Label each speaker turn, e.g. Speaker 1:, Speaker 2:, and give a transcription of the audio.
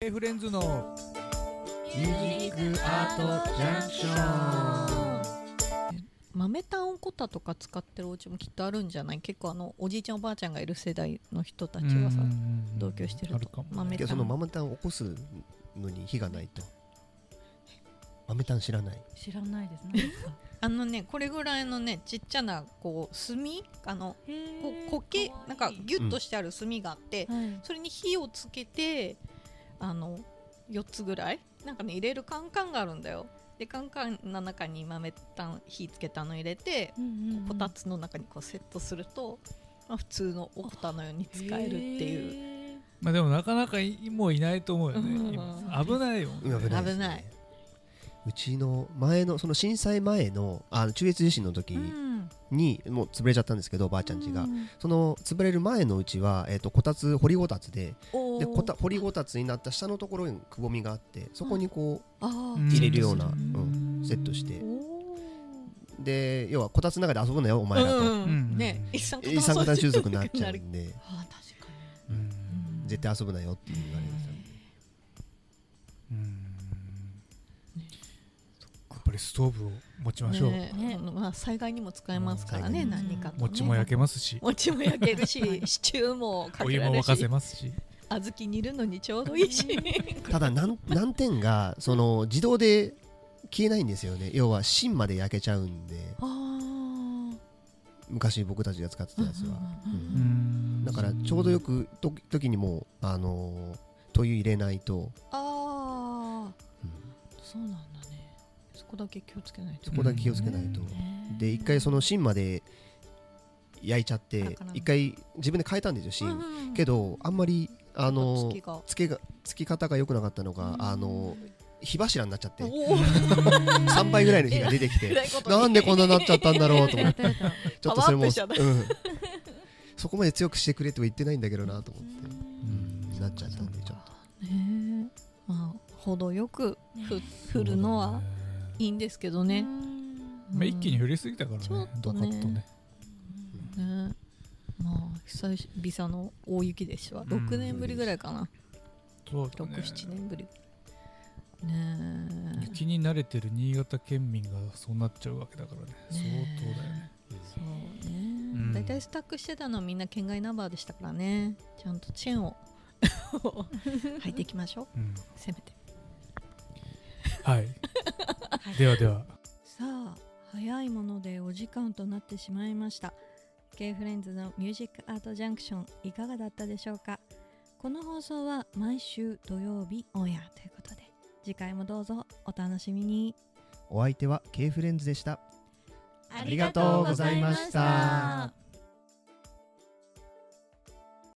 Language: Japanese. Speaker 1: K フレンズの
Speaker 2: ミュージックアートジャンクショ
Speaker 3: 豆炭おこたとか使ってるお家もきっとあるんじゃない結構あのおじいちゃんおばあちゃんがいる世代の人たちがさ同居してる
Speaker 1: あるか
Speaker 3: と
Speaker 1: も
Speaker 3: 豆
Speaker 2: いやその
Speaker 3: 炭
Speaker 2: ママタンを起こすのに火がないと豆炭知らない
Speaker 4: 知らないです。何ですか
Speaker 3: あのねこれぐらいのねちっちゃなこう炭あの
Speaker 4: へー
Speaker 3: こ苔なんかギュッとしてある炭があって、
Speaker 4: はい
Speaker 3: それに火をつけてあの4つぐらいなんかね入れるカンカンがあるんだよでカンカンの中に豆炭火つけたの入れて
Speaker 4: うんうんうん
Speaker 3: こたつの中にこうセットすると、まあ、普通のおこたのように使えるっていう
Speaker 4: う。
Speaker 1: まあでもなかなかいもういないと思うよね、
Speaker 3: うん
Speaker 1: 今危ないよ、
Speaker 2: うん危ないですね
Speaker 3: 危ないう
Speaker 2: ちの前のその震災前のあの中越地震の時
Speaker 3: うん
Speaker 2: にもう潰れちゃったんですけどおばあちゃん家が、
Speaker 4: うん
Speaker 2: その潰れる前のうちは、えー、とこたつ掘りごたつで
Speaker 3: おー
Speaker 2: でこた掘りごたつになった下のところにくぼみがあってそこにこ
Speaker 3: あ
Speaker 1: う
Speaker 3: ー
Speaker 1: ん
Speaker 2: 入れるような
Speaker 1: うん
Speaker 2: うセットして
Speaker 3: おー
Speaker 2: で要はこたつの中で遊ぶなよお前ら
Speaker 3: う
Speaker 2: と
Speaker 1: う
Speaker 3: んうんんね一酸
Speaker 2: 一酸化炭中毒になっちゃう
Speaker 3: る
Speaker 2: んで
Speaker 3: あー確か
Speaker 1: う
Speaker 3: に
Speaker 1: ん
Speaker 2: 絶対遊ぶなよって言われてたんで
Speaker 1: うんやっぱりストーブを持ちましょう、
Speaker 3: ね
Speaker 4: ね
Speaker 3: あのまあ、災害にも使えますからね、
Speaker 2: うん
Speaker 3: 何かと、ね、
Speaker 1: 餅も焼けますし
Speaker 3: 餅も焼ける しシチューもか
Speaker 1: お
Speaker 3: け
Speaker 1: 湯
Speaker 3: ら
Speaker 1: も
Speaker 3: れ
Speaker 1: 沸
Speaker 3: るし
Speaker 1: かせますし
Speaker 3: 小豆煮るのにちょうどいいし
Speaker 2: た だ難難点がその自動で消えないんですよね要は芯まで焼けちゃうんで
Speaker 3: あー
Speaker 2: 昔僕たちが使ってたやつは、
Speaker 3: うんうんうん
Speaker 2: うん
Speaker 1: ん
Speaker 2: だからちょうどよくと時にもうあのー、灯油入れないと、
Speaker 3: あ
Speaker 2: うん
Speaker 3: ーそうなんだねそこだけ気をつけないと
Speaker 2: そこだけ気をつけないと、で一回その芯まで焼いちゃっ
Speaker 3: あら
Speaker 2: て
Speaker 3: かな
Speaker 2: 一回自分で変えたんですよ芯、
Speaker 3: うん
Speaker 2: けどあんまりあの
Speaker 3: つきが
Speaker 2: つけがつき方が良くなかったのが、
Speaker 3: うん
Speaker 2: あの火柱になっちゃって
Speaker 3: おお
Speaker 2: 3倍ぐらいの火が出てきてな
Speaker 3: なん
Speaker 2: でこんなになっちゃったんだろうと思って
Speaker 4: やったやっ
Speaker 2: ちょっとそれも、
Speaker 3: パワーアップし
Speaker 2: うん、そこまで強くしてくれとは言ってないんだけどなと思って、うんなっちゃったんでちょっと
Speaker 3: ねえ まあ程よくふ振るのはいいんですけど
Speaker 4: た
Speaker 3: ね
Speaker 1: まあ、一気に降りすぎたからね
Speaker 3: ちょっ
Speaker 1: ド
Speaker 3: と
Speaker 1: カ
Speaker 3: ね
Speaker 1: ッとね
Speaker 3: ねまあ久々の大雪でしたわ
Speaker 1: うん
Speaker 3: 6年ぶりぐらいかな、
Speaker 1: そうだね
Speaker 3: 67年ぶりねえ
Speaker 1: 雪に慣れてる新潟県民がそうなっちゃうわけだからね相
Speaker 3: ねえ
Speaker 1: 当だよね
Speaker 3: そうね、
Speaker 1: ん
Speaker 3: 大体スタックしてたのはみんな県外ナンバーでしたからねちゃんとチェーン を履いていきましょ
Speaker 1: う
Speaker 3: う
Speaker 1: ん
Speaker 3: せめて
Speaker 1: はいではでは
Speaker 4: さあ
Speaker 3: 早いものでお時間となってしまいました
Speaker 4: K フレンズのミュージックアートジャンクションいかがだったでしょうかこの放送は毎週土曜日オンエアということで次回もどうぞお楽しみに
Speaker 2: お相手は K フレンズでした
Speaker 4: あ
Speaker 2: りがとうございました